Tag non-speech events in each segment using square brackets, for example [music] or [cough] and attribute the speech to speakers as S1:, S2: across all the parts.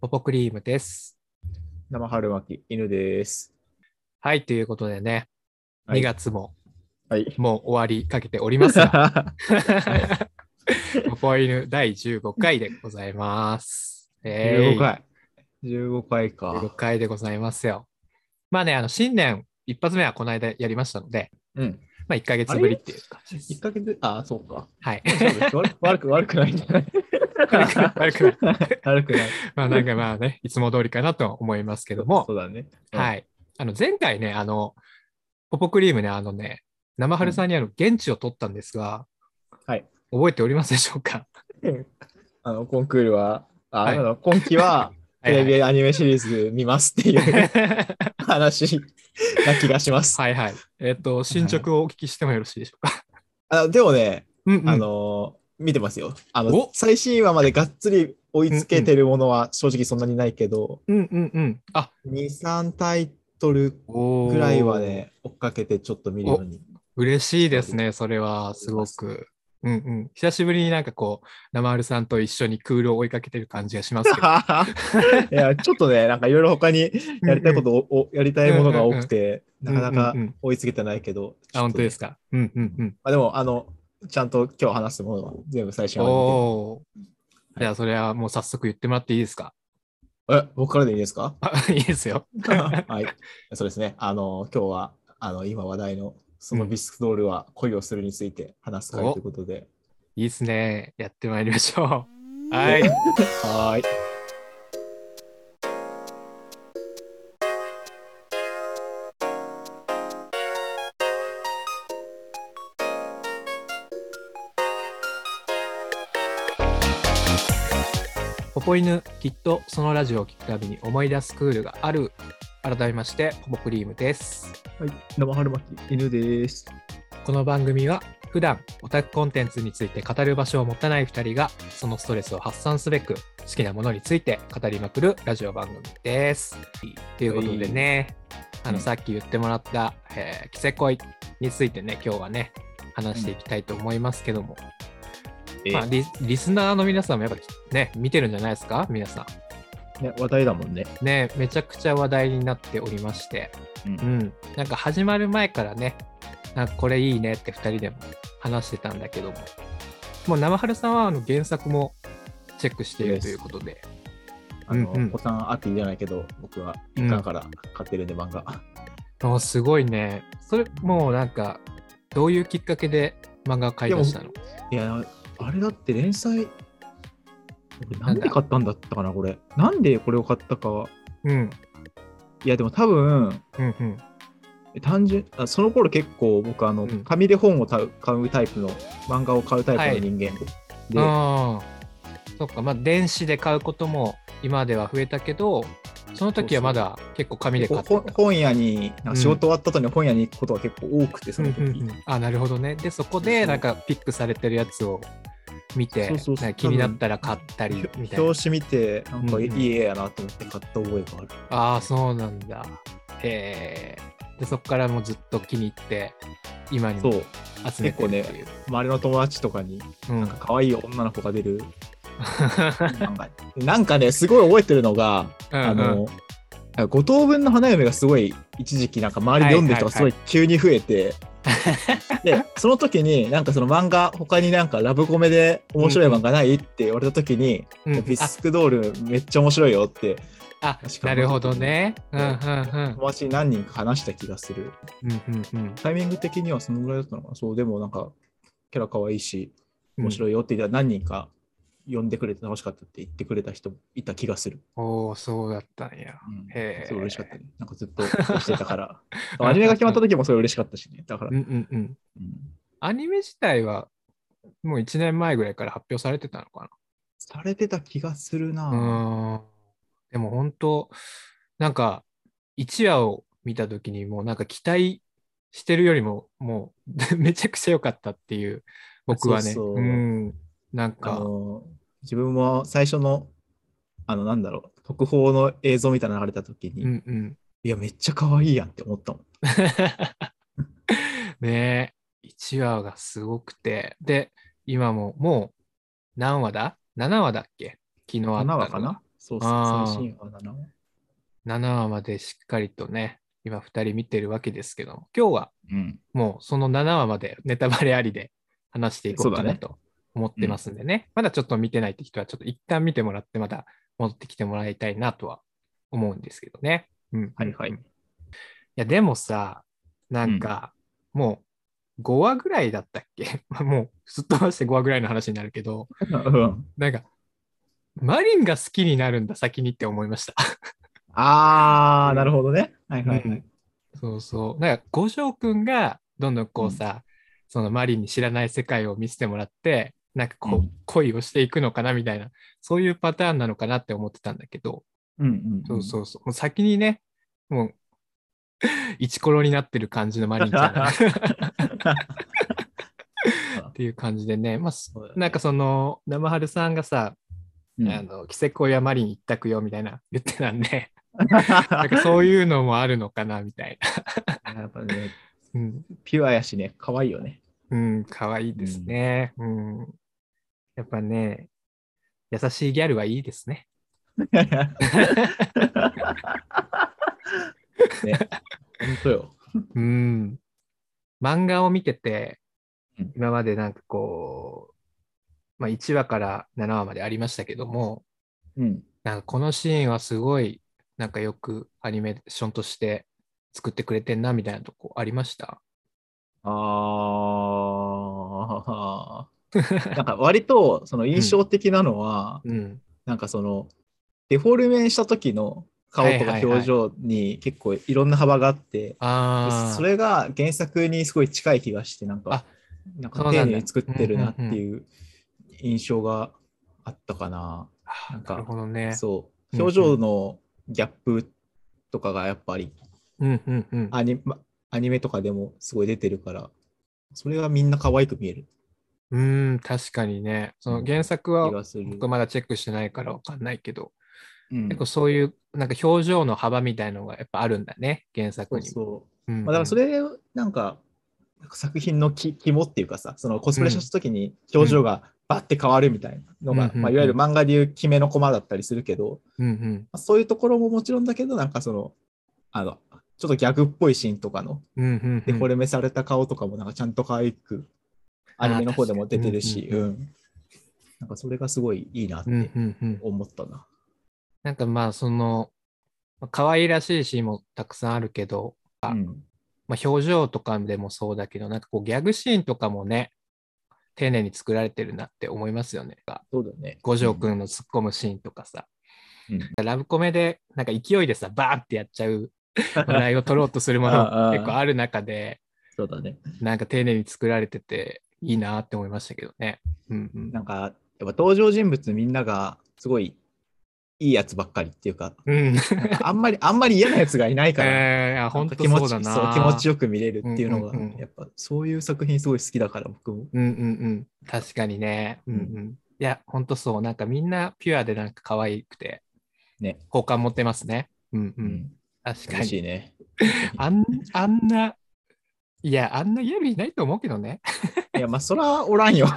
S1: ポポクリームです。
S2: 生春巻き、犬です。
S1: はい、ということでね、
S2: はい
S1: 2月も
S2: はい。
S1: もう終わりかけております [laughs]
S2: [laughs]
S1: が、ポポ犬第15回でございます。え
S2: 15
S1: ー
S2: 回。15回か
S1: 15。回でございますよ。まあね、あの新年一発目はこの間やりましたので、
S2: うん。
S1: まあ1ヶ月ぶりっていう感じです
S2: 1。ヶ月、ああ、そうか。
S1: はい。
S2: [laughs] そうです悪
S1: [laughs]
S2: く悪く、悪くないんじゃない
S1: 悪くない悪く
S2: 悪くない。
S1: まあなんかまあね、いつも通りかなとは思いますけども
S2: そ、うだね。。
S1: はいい。あの前回ね、あの、ポポクリームね、あのね、生春さんにあの、現地を取ったんですが、
S2: はい。
S1: 覚えておりますでしょうか
S2: あの、コンクールは、あ、
S1: はい
S2: あの今期は、
S1: は
S2: [laughs]
S1: [laughs] い
S2: テ
S1: は
S2: レ
S1: い
S2: ビアニメシリーズ見ますっていう話な気がしま
S1: [laughs]
S2: す。
S1: はいはい。えっ、と、進捗をお聞きしてもよろしいでしょうか。
S2: あでもね、
S1: うん、うん、
S2: あのー見てますよ。あ
S1: お
S2: の、最新話までがっつり追いつけてるものは正直そんなにないけど、
S1: うんうんうん。あ、
S2: 2、3タイトル
S1: おー
S2: ぐらいは。ね、追っかけてちょっと見るように。
S1: 嬉しいですね、それは、すごく。うんうん、久しぶりになんかこう、生春さんと一緒にクールを追いかけてる感じがしますけど。
S2: [laughs] いや、ちょっとね、なんかいろいろ他にやりたいことを、おやりたいものが多くて、
S1: うんう
S2: なんかなか
S1: うんうんうん
S2: 追いつけてないけど。
S1: あ、本当です
S2: か。
S1: か。うんうんうん。
S2: まあ、でも、あの、ちゃんと今日話すものは全部最新話ま
S1: おー。じゃあ、それはもう早速言ってもらっていいですか。
S2: で見て。え、僕からでいいですか [laughs]
S1: あ、 [laughs] いいですよ。
S2: はい。そうですね。あの、今日は、あの、今話題の、そのビスクドールは恋をするについて話す会
S1: お
S2: ということで。
S1: いいですね。やってまいりましょう。はい。
S2: はーい。
S1: ポポ犬、きっとそのラジオを聞くたびに思い出すクールがある。改めまして、ポポクリームです。
S2: はい。生春巻き、犬です。
S1: この番組は、普段オタクコンテンツについて語る場所を持たない2人が、そのストレスを発散すべく、好きなものについて語りまくるラジオ番組です。ということでね、あ
S2: う
S1: の
S2: ん
S1: さっき言ってもらった、えー、キセコイについてね、今日はね、話していきたいと思いますけども、
S2: えー
S1: まあ、リリスナーの皆さんもやっぱね、見てるんじゃないですか、皆さん。
S2: ね、話題だもんね。
S1: ね、めちゃくちゃ話題になっておりまして、
S2: う。
S1: うんん、なんか始まる前からね、なんかこれいいねって2人でも話してたんだけども、もう生春さんはあの原作もチェックしているということで、
S2: あの、
S1: うんうん
S2: ボタンアピーじゃないけど、僕は一巻から買ってるんで、漫画。 [laughs]
S1: もうすごいね、それもうなんか、どういうきっかけで漫画を買い出したの
S2: いや、あれだって連載、俺なんで買ったんだったかな、これ。なんでこれを買ったかは。
S1: うん、
S2: いや、でも多分、
S1: うん、うん。
S2: 単純、あその頃結構僕、あの、
S1: うん
S2: 紙で本をた買うタイプの、漫画を買うタイプの人間で、
S1: あーそっか、まあ、電子で買うことも今では増えたけど、その時はまだ結構紙で買
S2: ほ
S1: ってた
S2: ほ。本屋に、なんか仕事終わった後に本屋に行くことが結構多くて、その時。
S1: あなるほどねでそこ
S2: そうそ
S1: で
S2: う
S1: なんかピックされてるやつを見て
S2: そうそうそう
S1: なんか気になったら買ったりみたいな
S2: 表紙見て、なんかい
S1: うんうん
S2: い絵やなと思って買った覚えがある。
S1: ああそうなんだへえでそこからもうずっと気に入って今に
S2: そ
S1: も
S2: う、
S1: 集めてるっていう、
S2: 周りの友達とかに、
S1: うん、
S2: なんか可愛い女の子が出るなんかなんかね、すごい覚えてるのが、
S1: うん
S2: あ
S1: うん
S2: の、五等分の花嫁がすごい一時期なんか周りで読んでる人がすごい急に増
S1: [laughs]
S2: えて、で、その時になんかその漫画、他になんかラブコメで面白い漫画ないって言われた時に、
S1: うんうん
S2: ビスクドールめっちゃ面白いよって
S1: あ
S2: 確か
S1: なるほどねうんうん
S2: 友達に何人か話した気がする。
S1: うんうんうんうん
S2: タイミング的にはそのぐらいだったのかな。そう、でもなんかキャラ可愛いし、面
S1: い
S2: 白いよって言ったら何人か呼んでくれて楽しかったって言ってくれた人もいた気がする。
S1: おおそうだったんや
S2: うん
S1: へえ
S2: すごい嬉しかったね。なんかずっと押して
S1: [laughs]
S2: たから。アニメが決まった時もそれ嬉しかったしね。だから。
S1: うんうんうん
S2: うん
S1: アニメ自体はもう1年前ぐらいから発表されてたのかな
S2: されてた気がする
S1: う
S2: な。
S1: ーんでも本当なんか1話を見た時にもうなんか期待してるよりももう [laughs] めちゃくちゃ良かったっていう僕はね
S2: そうそう
S1: うんなん
S2: あ
S1: か
S2: の自分も最初の、あの、なんだろう、特報の映像みたいなの流れた時に、
S1: うんうん [laughs]
S2: いや、めっちゃ可愛いやんって思ったもん。
S1: ねえ1話がすごくてで今ももう何話だ ?7 話だっけ昨日あった
S2: 7
S1: のが
S2: 話かなそうですね。
S1: あー
S2: 最新話だな。
S1: 7話までしっかりとね、今2人見てるわけですけども、今日は
S2: うん。
S1: もうその7話までネタバレありで話していこうか
S2: そうだ
S1: な
S2: ね
S1: と思ってますんでね、まだちょっと見てないって人は、ちょっと一旦見てもらって、また戻ってきてもらいたいなとは思うんですけどね。うん、
S2: はいはい
S1: うんいや、でもさ、なんか、もう5話ぐらいだったっけ [laughs] まあもうすっ飛ばして5話ぐらいの話になるけど、
S2: うん、
S1: なんか、マリンが好きになるんだ、先にって思いました。
S2: あー、なるほどね。はいはい、はい
S1: そうそう。なんか五条くんがどんどんこうさ、そのマリンに知らない世界を見せてもらって、なんかこう、
S2: うん
S1: 恋をしていくのかなみたいな、そういうパターンなのかなって思ってたんだけど、
S2: うんう
S1: そ
S2: んうん。
S1: うそうそう。もう先にね、もう、 [laughs] イチコロになってる感じのマリンちゃん
S2: [laughs]
S1: がっていう感じでね、まあ、す
S2: そうだね
S1: なんかその、生春さんがさ、
S2: うん。
S1: あのキセコやマリン一択よみたいな言ってたん
S2: [laughs]
S1: で、なんかそういうのもあるのかなみたいな。
S2: やっぱね、
S1: うん、
S2: ピュアやしね、可愛いよね。
S1: うん、可愛いですね。うん。やっぱね、優しいギャルはいいです [laughs] ね。
S2: ね、本当よ。
S1: うん。漫画を見てて
S2: うん、
S1: 今までなんかこう、まあ、1話から7話までありましたけども、
S2: うん。
S1: なんかこのシーンはすごい、なんかよくアニメーションとして作ってくれてんなみたいなとこありました。
S2: あー。なんか割とその印象的なのは、
S1: うん。
S2: なんかそのデフォルメした時の顔
S1: は
S2: とか
S1: いはいはい
S2: 表情に結構いろんな幅があって、
S1: ああ。
S2: それが原作にすごい近い気がしてなん
S1: あ
S2: かなん
S1: そ
S2: か
S1: うなん
S2: 丁
S1: だ
S2: 寧に作ってるなって
S1: うんうんうん
S2: いう印象があったかな。
S1: あ
S2: なんか
S1: なるほどね。
S2: そう
S1: うん
S2: 表情のギャップとかがやっぱり
S1: うんうんうん。
S2: アニ,、アニメとかでもすごい出てるからそれがみんな可愛く見える
S1: うん、確かにね。その原作
S2: 気
S1: は
S2: がする。
S1: 僕まだチェックしてないからわかんないけど、
S2: うん
S1: 結構そういうなんか表情の幅みたいのがやっぱあるんだね、原
S2: そ
S1: 作
S2: う
S1: にも。
S2: そう
S1: うんうん
S2: まあ、だからそれなんか作品のき肝っていうかさそのコスプレした時に表情がバッて変わるみたいなのが、
S1: うん
S2: まあ、いわゆる漫画でいう決めのコマだったりするけど、
S1: うんうん
S2: まあ、そういうところももちろんだけどなんかそのあのちょっとギャグっぽいシーンとかの
S1: うんうんう
S2: デ
S1: ん
S2: フォルメされた顔とかもなんかちゃんと可愛くアニメの方でも出てるし、
S1: あー確かに
S2: うんなんかそれがすごいいいなっ
S1: うん
S2: て
S1: うんうん
S2: 思ったな。
S1: なんかまあそのまあ可愛らしいシーンもたくさんあるけど、あ
S2: うん
S1: まあ、表情とかでもそうだけどなんかこうギャグシーンとかもね丁寧に作られてるなって思いますよね。
S2: そうだよね。
S1: 五条くんの突っ込むシーンとかさ、
S2: うん
S1: ラブコメでなんか勢いでさバーってやっちゃ
S2: [laughs]
S1: う笑いを取ろうとするもの
S2: あ
S1: が
S2: あああ
S1: 結構ある中で
S2: そうだね。
S1: なんか丁寧に作られてていいなって思いましたけどね。うんうん
S2: なんかやっぱ登場人物みんながすごいいいやつばっかりっていうか、
S1: うん。
S2: なんかあんまり、あ [laughs] んまり嫌なやつがいないから、
S1: え [laughs] ーいや、本当
S2: 気持
S1: そう
S2: ち
S1: だな。
S2: そう気持ちよく見れるっていうのが、
S1: うんうんうん
S2: やっぱそういう作品すごい好きだから、僕も。
S1: うんうんうん。確かにね。うんうん。いや、本当そう。なんかみんなピュアでなんか可愛くて、
S2: ね。
S1: 好感持ってますね。うんう。
S2: うんん。
S1: 確か
S2: 嬉し
S1: に。
S2: いね。
S1: あんあんな、いや、あんなギャルいないと思うけどね。 [laughs]
S2: いや、まあ、そらおらんよ。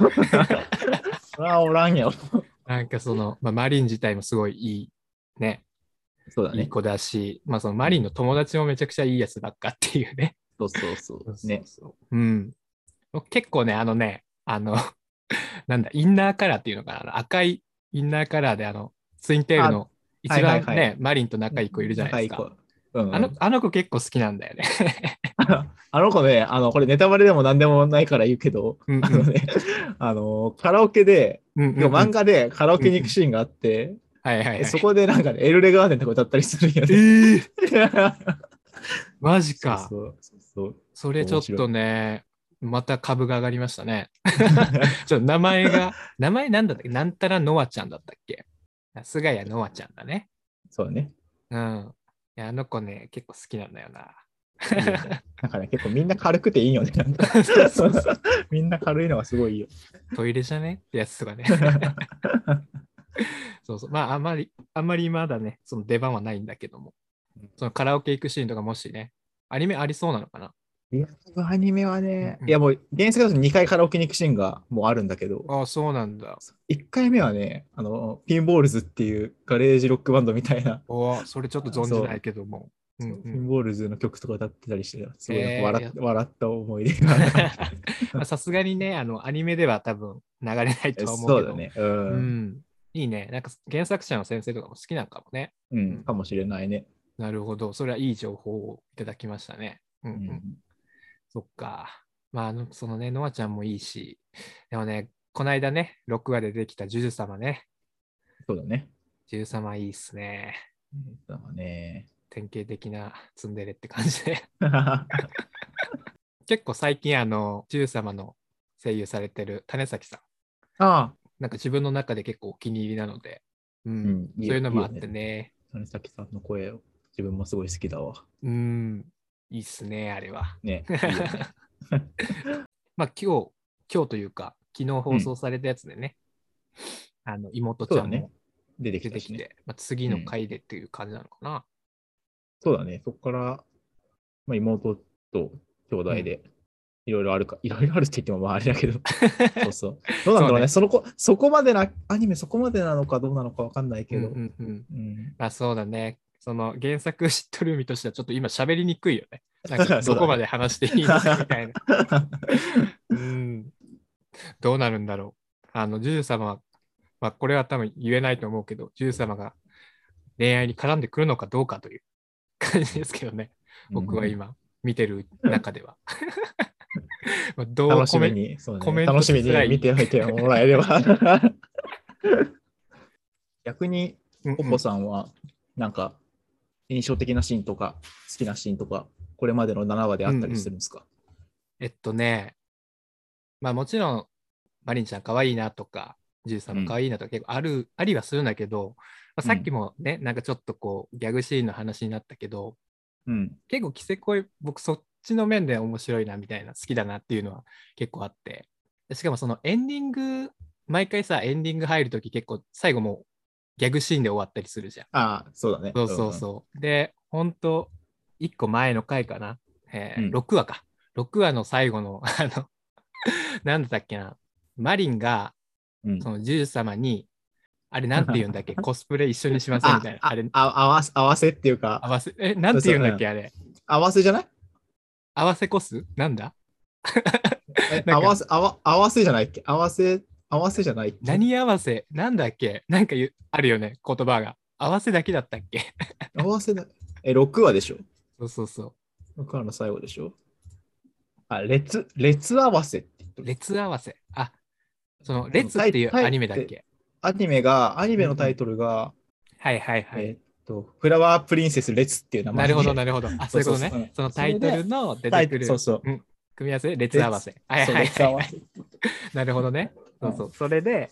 S2: そらおらんよ。
S1: なんかその、まあ、マリン自体もすごいいい。ね、
S2: そうだ
S1: いい
S2: ね。
S1: 子だし、まあそのマリンの友達もめちゃくちゃいいやつばっかっていうね。
S2: そうそうそう。
S1: そ
S2: ね。
S1: うそうそう。うん。僕結構ね、あのね、あの、 [laughs] なんだ、インナーカラーっていうのかな、あの赤いインナーカラーで、あの、ツインテールの一番ね、
S2: はいはいは
S1: マリンと仲いい子いるじゃないです
S2: 仲
S1: か。
S2: 子うんうん
S1: あのあの子結構好きなん
S2: [laughs]
S1: だよね。
S2: あの子ね、あの、これネタバレでも何でもないから言うけど、
S1: うんうん
S2: あのね、 [laughs] あの、カラオケで、
S1: うんうんうん
S2: 漫画でカラオケに行くシーンがあって、
S1: はいはい、はい。
S2: えそこでなんかね、エルレガーデンとか歌ったりするよ
S1: え
S2: ね。
S1: ー、マジか。そ
S2: そうそうそう
S1: れちょっとね、また株が上がりました
S2: [laughs]
S1: ね。ちょっと名前が、名前なんだったっけなんたらノアちゃんだったっけ菅谷ノアちゃんだね。
S2: そ
S1: [laughs]
S2: うね。
S1: うん。いや、あの子ね、結構好きなんだよな。
S2: いいよねなんかね、結構みんな軽くていいよね。な
S1: [laughs]
S2: んか
S1: そうそうそ
S2: みんな軽いのがすごいいいよ。
S1: トイレじゃねってやつと
S2: [laughs]
S1: かね。そうそう。まあ、あんまり、あんまりまだね、その出番はないんだけども。そのカラオケ行くシーンとかもしね、アニメありそうなのかな
S2: リアルアニメはね、
S1: うん
S2: いやもう原作だと2回カラオケに行くシーンがもうあるんだけど、
S1: ああ、そうなんだ。
S2: 1回目はね、あの、ピンボールズっていうガレージロックバンドみたいな、
S1: おーそれちょっと存じないけども。うんう
S2: ピ
S1: ん
S2: ンボールズの曲とか歌ってたりして、すごいなんか笑っ
S1: えー
S2: 笑った思い
S1: [laughs]
S2: 出が。
S1: まあさすがにね、あの、アニメでは多分流れないとは思うけど。
S2: そうだ。ね。うん。
S1: うん。いいね。なんか原作者の先生とかも好きなんかもね。
S2: うん、かもしれないね。
S1: なるほど。それはいい情報をいただきましたね。うん、うん。そっか。まあ、あの、そのね、ノアちゃんもいいし。でもね、こないだね、6話でできたジュジュ様ね。
S2: そうだね。
S1: ジュジュ様いいっすね。
S2: だか
S1: [laughs]
S2: らね。
S1: 典型的なツンデレって感じで。 [laughs] 結構最近、あの、ジュジュ様の声優されてる種崎さん。
S2: ああ、
S1: なんか自分の中で結構お気に入りなので。う。
S2: うんん。
S1: そういうのもあって
S2: いいよ。
S1: ね
S2: 金崎さんの声を自分もすごい好きだわ。
S1: うん。いいっすね、あれは。 [laughs]
S2: ね。いいよね
S1: まあ今日、今日というか、昨日放送されたやつでね、あの妹ちゃん
S2: そうだ
S1: も
S2: ね出
S1: 出
S2: てき
S1: て
S2: た
S1: きて、
S2: し、ね。
S1: まあ、次の回でっていう感じなのかな。
S2: そうだね。そこから、まあ、妹と兄弟で、いろいろあるか、いろいろあるって言ってもまああれだけど、そうそう。どうなんだろうね。そのこそこまでな、アニメそこまでなのかどうなのかわかんないけど、
S1: うんうんうん
S2: うん
S1: まあそうだね。その原作知っとる身としてはちょっと今喋りにくいよ
S2: [laughs]
S1: ね。なんか
S2: そうだね
S1: どこまで話していいのかみたいな。うん。どうなるんだろう。あの、ジュジュ様は、まあこれは多分言えないと思うけど、ジュジュ様が恋愛に絡んでくるのかどうかという感じですけどね。 [laughs] 僕は今見てる中
S2: [laughs]
S1: では。まあどう
S2: 楽しみ
S1: コメン
S2: に、そう
S1: コメ
S2: ね、
S1: ント
S2: 楽しみ
S1: しづら
S2: に
S1: い
S2: 見ておいてもらえ
S1: [laughs]
S2: れば。逆
S1: うん
S2: に、
S1: うん
S2: ポポさんは、なんか、印象的なシーンとか、好きなシーンとか、これまでの7話であったりするんですか、
S1: えっとね、まあもちろん、マリンちゃん可愛いなとか、ジューさんも可愛いなとか結構ある、ありはするんだけど、まあ、さっきもね、なんかちょっとこう、ギャグシーンの話になったけど、
S2: うん。
S1: 結構、キセコイ、僕そっちの面で面白いなみたいな、好きだなっていうのは結構あって。でしかもそのエンディング、毎回さ、エンディング入るとき結構最後もうギャグシーンで終わったりするじゃん。
S2: ああ、そうだね。
S1: そうそうそう。で、ほんと、1個前の回かな、えー
S2: うん
S1: 6話か。6話の最後の、 [laughs] あの、なんだったっけな。マリンが、
S2: うん。うん
S1: その、ジュジュ様に、あれ、なんて言うんだっ [laughs] け、コスプレ一緒にしませんみたいな。あ
S2: あ
S1: れ、
S2: あ合わせ、合わせっていう
S1: 合
S2: か、
S1: わせ、え、なんて言うんだっけ、あれ。
S2: 合わせじゃない
S1: 合わせコスなんだ
S2: え
S1: な
S2: 合
S1: んか
S2: わせ、合わ合わせじゃないっけ合わせ、合わせじゃないっけ
S1: 何合わせなんだっけなんかゆあるよね、言葉が。合わせだけだったっけ
S2: 合わせだ。え、6話でしょ
S1: そうそうそ
S2: ?6 話の最後でしょあ、列、列合わせって言っと
S1: う。
S2: る
S1: 列合わせ。あ、その、列っていうアニメだっけ
S2: アニメが、アニメのタイトルが、
S1: はいはいはい。
S2: えーっと、フラワープリンセスレツっていう名
S1: な
S2: 前
S1: るほど、
S2: ね。
S1: なるほど。あ、そ
S2: そうう
S1: いうこと
S2: そうそう
S1: ね
S2: う。ん
S1: そのタイトルの出
S2: タ
S1: て
S2: イ
S1: くる
S2: そうそう。
S1: 組み合わせ、列合わせ。はいはい
S2: そう列合わ
S1: はい。 [laughs]
S2: せ
S1: なるほどね。
S2: う
S1: そ
S2: ん
S1: うそう。それで、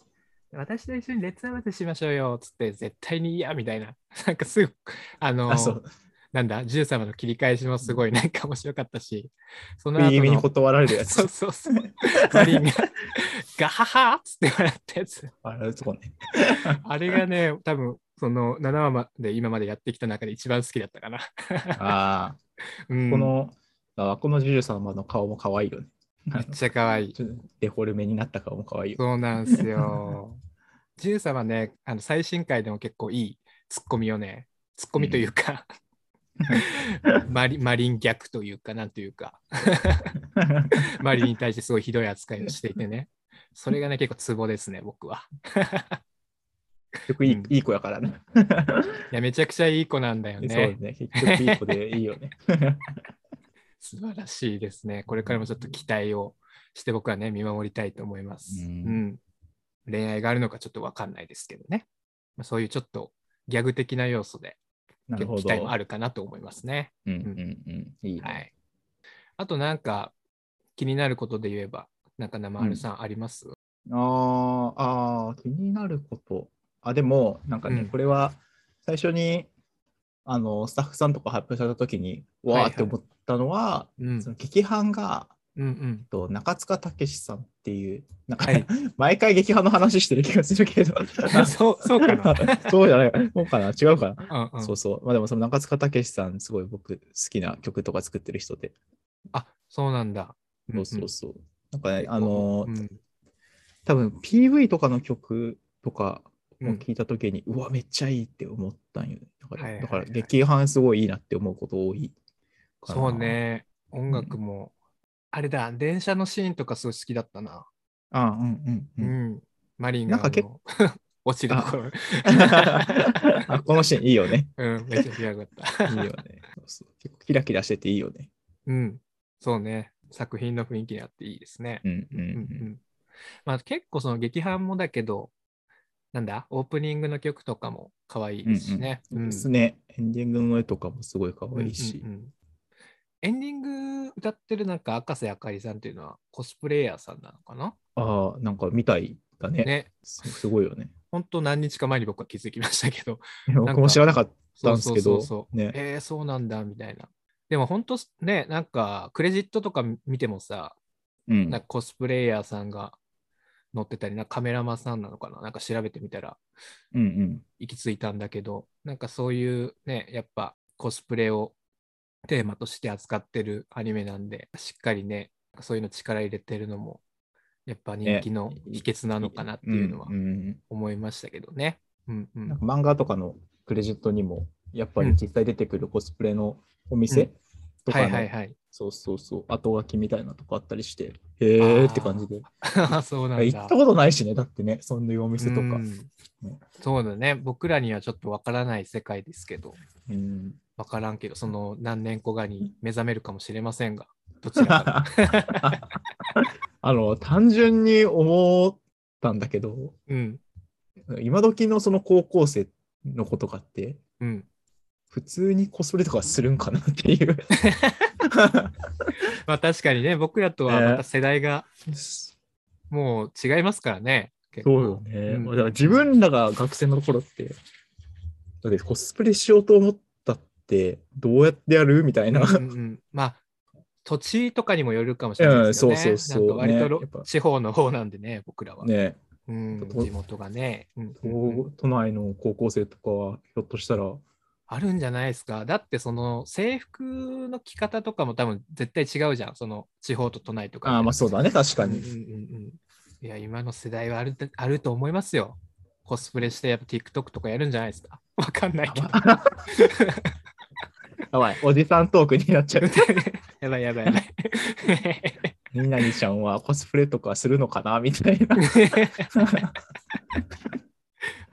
S1: 私と一緒に列合わせしましょうよ、つって、絶対に嫌みたいな。 [laughs] なんかすぐ、あの
S2: あ、そう。
S1: なんだ、ジュー様の切り返しもすごいなんか面白かったし、その後の
S2: 右目に断られるや
S1: そう。
S2: つ
S1: そう
S2: [laughs]
S1: そう。マリンが、ガハハっつって笑ったやつ。
S2: あれ、そう
S1: [laughs]
S2: ね。
S1: あれがね、多分、その7話まで今までやってきた中で一番好きだったかな。
S2: ああ、
S1: うん
S2: こ、の、あこのジュジュ様の顔も可愛いよね。
S1: めっちゃ可愛い。
S2: ちょっとデフォルメになった顔も可愛いよ。
S1: そうなんですよ。ジューさんはね、あの最新回でも結構いいツッコミをね、ツッコミというか、マリマリン逆というか、なんというか、マリンに対してすごいひどい扱いをしていてね、それがね、結構ツボですね、僕は。
S2: [laughs] 結局いい,、
S1: うん
S2: いい子やからね。
S1: いや、めちゃくちゃいい子なんだよ
S2: そう
S1: ね。
S2: ね。結局いい子でいいよね。
S1: 素晴らしいですね。これからもちょっと期待をして、僕はね、見守りたいと思います。う
S2: うんん
S1: 恋愛があるのかちょっとわかんないですけどね。まあそういうちょっとギャグ的な要素で、
S2: なるほど。
S1: [laughs] 期待もあるかなと思いますね。
S2: うんうんうん。いいね、
S1: はい。あとなんか気になることで言えば、なんか生春さんあります、
S2: あーあー、気になること。あ、でも、なんかね、
S1: うん
S2: これは最初にあのスタッフさんとか発表されたときに、
S1: い
S2: わーって思ったのは、
S1: うん、うん
S2: その劇伴が
S1: うんう
S2: [laughs]
S1: ん
S2: と中塚武史さんっていう、なん
S1: は
S2: か、
S1: い
S2: [laughs] 毎回劇伴の話してる気がするけど、
S1: そう、そうかな。
S2: [laughs] そうじゃない、そうかな、違うかな。
S1: うんうん
S2: そうそう。まあでもその中塚武史さん、すごい僕好きな曲とか作ってる人で。
S1: あ、そうなんだ。
S2: そうそうそう。なんかね、
S1: うん
S2: あのー
S1: うん
S2: 多分 PV とかの曲とかを聞いた時に、うわ、めっちゃいいって思ったんよね。だから、
S1: はいはいはい
S2: だから劇伴すごいいいなって思うこと多いかな
S1: そう。ね。音楽も、あれだ、電車のシーンとかすごい好きだったな。
S2: あうんう
S1: う
S2: んうん。
S1: ん。マリン
S2: な
S1: が
S2: んか結
S1: 構 [laughs] 落ちるところ。
S2: あこのシーンいいよね。
S1: うん、めちゃくちゃよかった。
S2: いいよね。 [laughs] そうそう結構キラキラしてていいよね。
S1: うん。そうね。作品の雰囲気にあっていいですね。
S2: うんうんう。
S1: うんうんんまあ結構その劇伴もだけど、なんだ、オープニングの曲とかも可愛いですしね。
S2: そう
S1: うん
S2: ですね。エンディングの絵とかもすごい可愛いし
S1: うん。うんうんエンディング歌ってるなんか赤瀬あかりさんっていうのはコスプレイヤーさんなのかな
S2: ああ、なんかみたいだね。
S1: ね。
S2: すすごいよね。
S1: ほんと何日か前に僕は気づきましたけ
S2: [laughs]
S1: ど。か
S2: 僕も知らなかったんですけ
S1: そう
S2: ど
S1: そうそうそ。う
S2: ね。
S1: えー、そうなんだみたいな。でも本当ね、なんかクレジットとか見てもさ、
S2: うん
S1: なんかコスプレイヤーさんが乗ってたり、なんかカメラマンさんなのかななんか調べてみたら
S2: うんうん。
S1: 行き着いたんだけど、なんかそういうね、やっぱコスプレをテーマとして扱ってるアニメなんで、しっかりね、そういうの力入れてるのも、やっぱ人気の秘訣なのかなっていうのは
S2: んん
S1: 思いましたけどね。うんう
S2: うんんなんか漫画とかのクレジットにも、やっぱり実際出てくるコスプレのお店
S1: は
S2: とか
S1: いはい
S2: の、
S1: はい。
S2: そうそうそう、後書きみたいなとこあったりして、へーって感じで。
S1: [laughs] そうなんだ。
S2: 行ったことないしね、だってね、そんなお店と
S1: う
S2: か。
S1: んそうだね。僕らにはちょっとわからない世界ですけど、
S2: うん
S1: わからんけど、その何年後かに目覚めるかもしれませんが、どちらか
S2: [laughs] あの、単純に思ったんだけど、 [laughs]
S1: で。うん。
S2: 今時のその高校生の子とかって、
S1: うん。
S2: 普通にコスプレとかするんかなっ
S1: [laughs]
S2: ていう。
S1: まあ確かにね、僕らとはまた世代が
S2: そ
S1: もう違いますからね。結
S2: う
S1: 構
S2: よね。
S1: うん
S2: だから自分らが学生の頃って、だってコスプレしようと思ったって、どうやってやるみたいな。
S1: うんうんまあ、土地とかにもよるかもしれないですよね。
S2: うんそうそうそ
S1: な
S2: う
S1: んか割とろ
S2: ねやっぱ
S1: 地方の方なんでね、僕らは。
S2: [laughs] ね
S1: うん、地元がね、うんうんうん
S2: 都都内の高校生とかは、ひょっとしたら、
S1: あるんじゃないですか。だってその制服の着方とかも多分絶対違うじゃん。その地方と都内とかで。
S2: ああ、まあそうだね、確か
S1: うんうん
S2: に。 [laughs]
S1: うんうん。いや、今の世代はあるとあると思いますよ。コスプレしてやっぱ TikTok とかやるんじゃないですか。わかんないけど。
S2: やばい、おじさんトークになっちゃう。
S1: やばいやばいやばい。
S2: [laughs] みなにちゃんはコスプレとかするのかなみたい
S1: [laughs]
S2: な。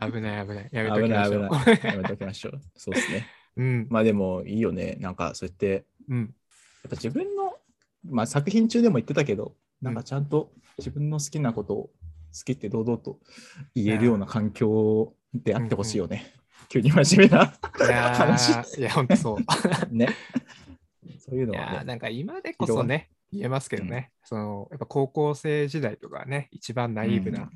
S1: 危ない危ない。やめと
S2: 危
S1: き
S2: な
S1: まし
S2: い危
S1: ょう。
S2: ない。やめときましょう。そうですね。
S1: うん
S2: まあでもいいよね。なんかそうやって、やっ
S1: うん
S2: ぱ自分の、まあ作品中でも言ってたけど、なんかちゃんと自分の好きなことを好きって堂々と言えるような環境であってほしいよね。急に真面目な [laughs]
S1: いや
S2: 話。
S1: ーいや、本当
S2: [laughs]
S1: そう。
S2: ね。そういう
S1: い
S2: の
S1: や
S2: は
S1: ー
S2: ね。
S1: なんか今でこそね、言えますけどね、そのやっぱ高校生時代とかね、一番ナイーブ
S2: うん
S1: な、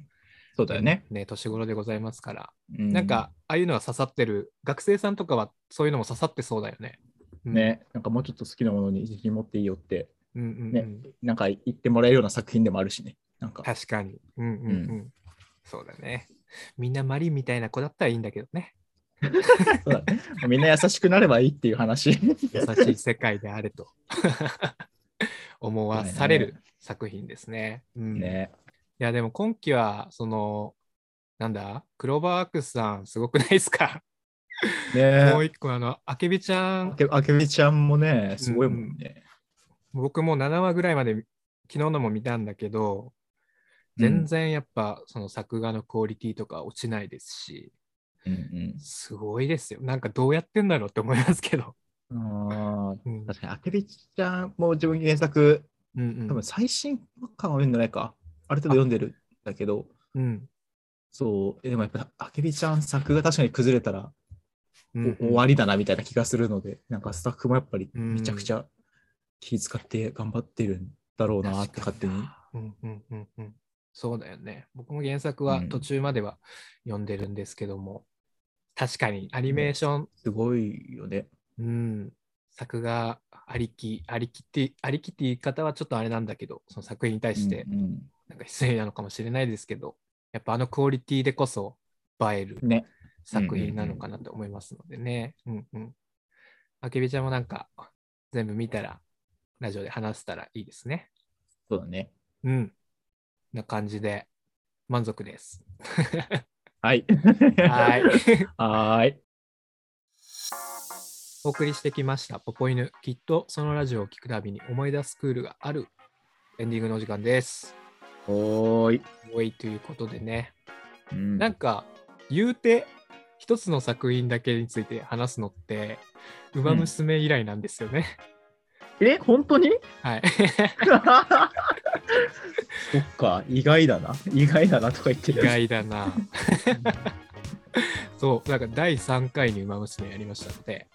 S2: そうだよね。
S1: ね、年頃でございますから、
S2: う
S1: なんかああいうのは刺さってる、学生さんとかはそういうのも刺さってそうだよね。うん、
S2: ね、なんかもうちょっと好きなものに自信持っていいよって、
S1: うんうんうん
S2: ねなんか言ってもらえるような作品でもあるしね。なんか、
S1: 確かに。うんうんうん。
S2: う
S1: そうだね。みんなマリンみたいな子だったらいいんだけどね。
S2: そうだねみんな優しくなればいいっていう話。
S1: 優しい世界であれと [laughs] 思わされる作品ですね。うん、
S2: ね。
S1: いや、でも今期は、その、なんだ、クローバーアークスさん、すごくないですか、
S2: ね
S1: もう一個、あの、あけびちゃ
S2: あ
S1: ん、
S2: けあけみちゃんもね、すごいもんね。
S1: 僕も7話ぐらいまで、昨日のも見たんだけど、
S2: うん
S1: 全然やっぱ、その作画のクオリティとか落ちないですし、
S2: うん
S1: すごいですよ。なんかどうやってんだろうって思いますけど。
S2: うんあー
S1: うん、
S2: 確かに、あけみちゃんも自分原作、
S1: うん
S2: 多
S1: うん
S2: 分最新巻は読んでないか。ある程度読んでるんだけど、
S1: うん
S2: そう、えでもやっぱ、あけみちゃん作が確かに崩れたら、
S1: う
S2: お
S1: ん
S2: 終わりだなみたいな気がするので、なんかスタッフもやっぱりめちゃくちゃ気遣って頑張ってるんだろうなって勝手に。
S1: うんうんうんうん。そうだよね。僕も原作は途中までは読んでるんですけども、確かにアニメーション、
S2: すごいよね。
S1: うん、作画ありき、ありきって、ありきって言い方はちょっとあれなんだけど、その作品に対して
S2: うん
S1: なんか失礼なのかもしれないですけど、やっぱあのクオリティでこそ映える
S2: うんね。
S1: 作品なのかなと思いますのでね。うんうん。あけびちゃんもなんか全部見たら、ラジオで話せたらいいですね。
S2: そうだね。
S1: うん。な感じで、満足です。
S2: はい。。
S1: はい。
S2: はーい。
S1: お送りしてきました、ポポイヌ。きっとそのラジオを聞くたびに思い出すクールがある。エンディングのお時間です。
S2: おーい。
S1: おいということでね、
S2: うん
S1: なんか言うて一つの作品だけについて話すのって「ウマ娘」以来なんですよね。
S2: え、本当に [laughs]
S1: はい。
S2: そっか、意外だな。意外だなとか言って
S1: 意
S2: る。
S1: 外だな。そうなんか第3回に「ウマ娘」やりましたので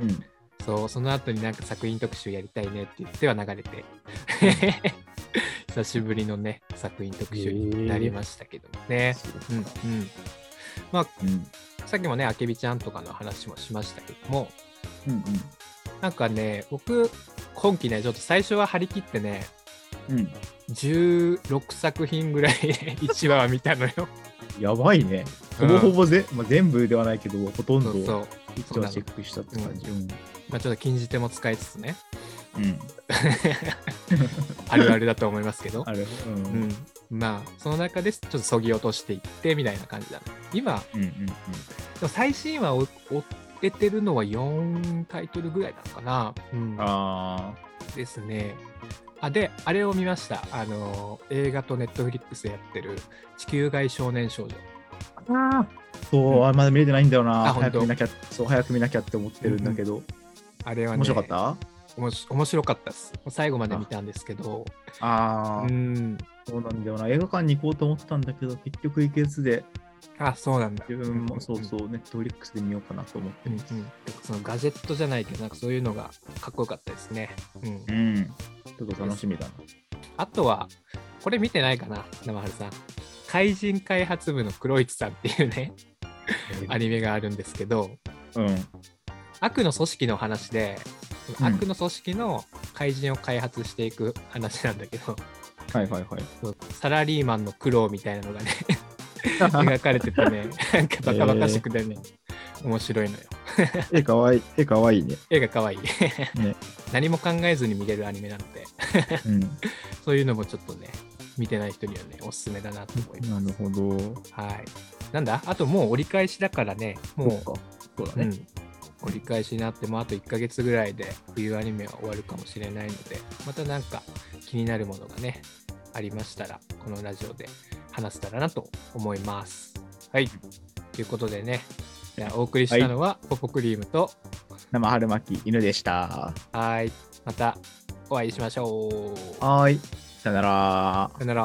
S2: うん。
S1: そうその後になんか作品特集やりたいねって言っては流れて [laughs] 久しぶりのね作品特集になりましたけどもね。うんうん、
S2: うん。
S1: さっきもねあけびちゃんとかの話もしましたけども
S2: うん。
S1: なんかね僕今期ねちょっと最初は張り切ってね
S2: うん。うん。
S1: 16作品ぐらい [laughs] 1話は見たのよ。
S2: やばいね。ほぼほぼぜ、まあ、全部ではないけど、ほとん
S1: そ
S2: ど
S1: うそう。
S2: 一応チェックしたって感じ。うん。
S1: まあ、ちょっと禁じ手も使いつつね、
S2: うん。
S1: あるあるだと思いますけど
S2: [laughs] あ、れ。う。
S1: うんん、まあその中でちょっとそぎ落としていってみたいな感じだね。今、
S2: うん。うん。
S1: でも最新話を追っててるのは4タイトルぐらいなのかな。うん、
S2: あ
S1: ですね。あで、あれを見ました。あの映画とネットフリックスでやってる「地球外少年少女」。
S2: あ。そう、あまだ見れてないんだよな。
S1: あ
S2: 早く
S1: ほんと
S2: 見なきゃ、そう、早く見なきゃって思ってるんだけど。
S1: あれはね、
S2: 面白かった
S1: おもし面白かったです。最後まで見たんですけど、
S2: あ
S1: う
S2: あ、
S1: ん。
S2: そうなんだよな。映画館に行こうと思ってたんだけど、結局行けずで、
S1: あ、そうなんだ。
S2: 自分もそう
S1: う
S2: そう、ネットフリックスで見ようかなと思って
S1: ん。うん。うんそのガジェットじゃないけど、なんかそういうのがかっこよかったですね。うん。
S2: うん。ちょっと楽しみだな。
S1: あとは、これ見てないかな、生春さん。怪人開発部の黒市さんっていうね、アニメがあるんですけど、
S2: うん。
S1: 悪の組織の話で、
S2: うん
S1: 悪の組織の怪人を開発していく話なんだけど、
S2: はいはいはい。
S1: サラリーマンの苦労みたいなの
S2: [laughs]
S1: がね、描かれててね、なんかバカバカしくてね、面白いのよ。
S2: 絵かわいい、絵かわいい [laughs] ね。
S1: 絵が可愛い、 [laughs] 何も考えずに見れるアニメなので、
S2: うん。
S1: そういうのもちょっとね、見てない人にはね、おすすめだなと思いま
S2: な
S1: す。
S2: るほど。
S1: はい。なんだあともう折り返しだからね、も
S2: そうか。そうだ
S1: う、う
S2: ね。
S1: ん、折り返しになって、もうあと1ヶ月ぐらいで冬アニメは終わるかもしれないので、またなんか気になるものがね、ありましたら、このラジオで話せたらなと思います。はい。ということでね、じゃあお送りしたのは、ポポクリームと、
S2: 生春巻き犬でした。
S1: はい。またお会いしましょう。さ
S2: はーい。さよなら。
S1: よなら。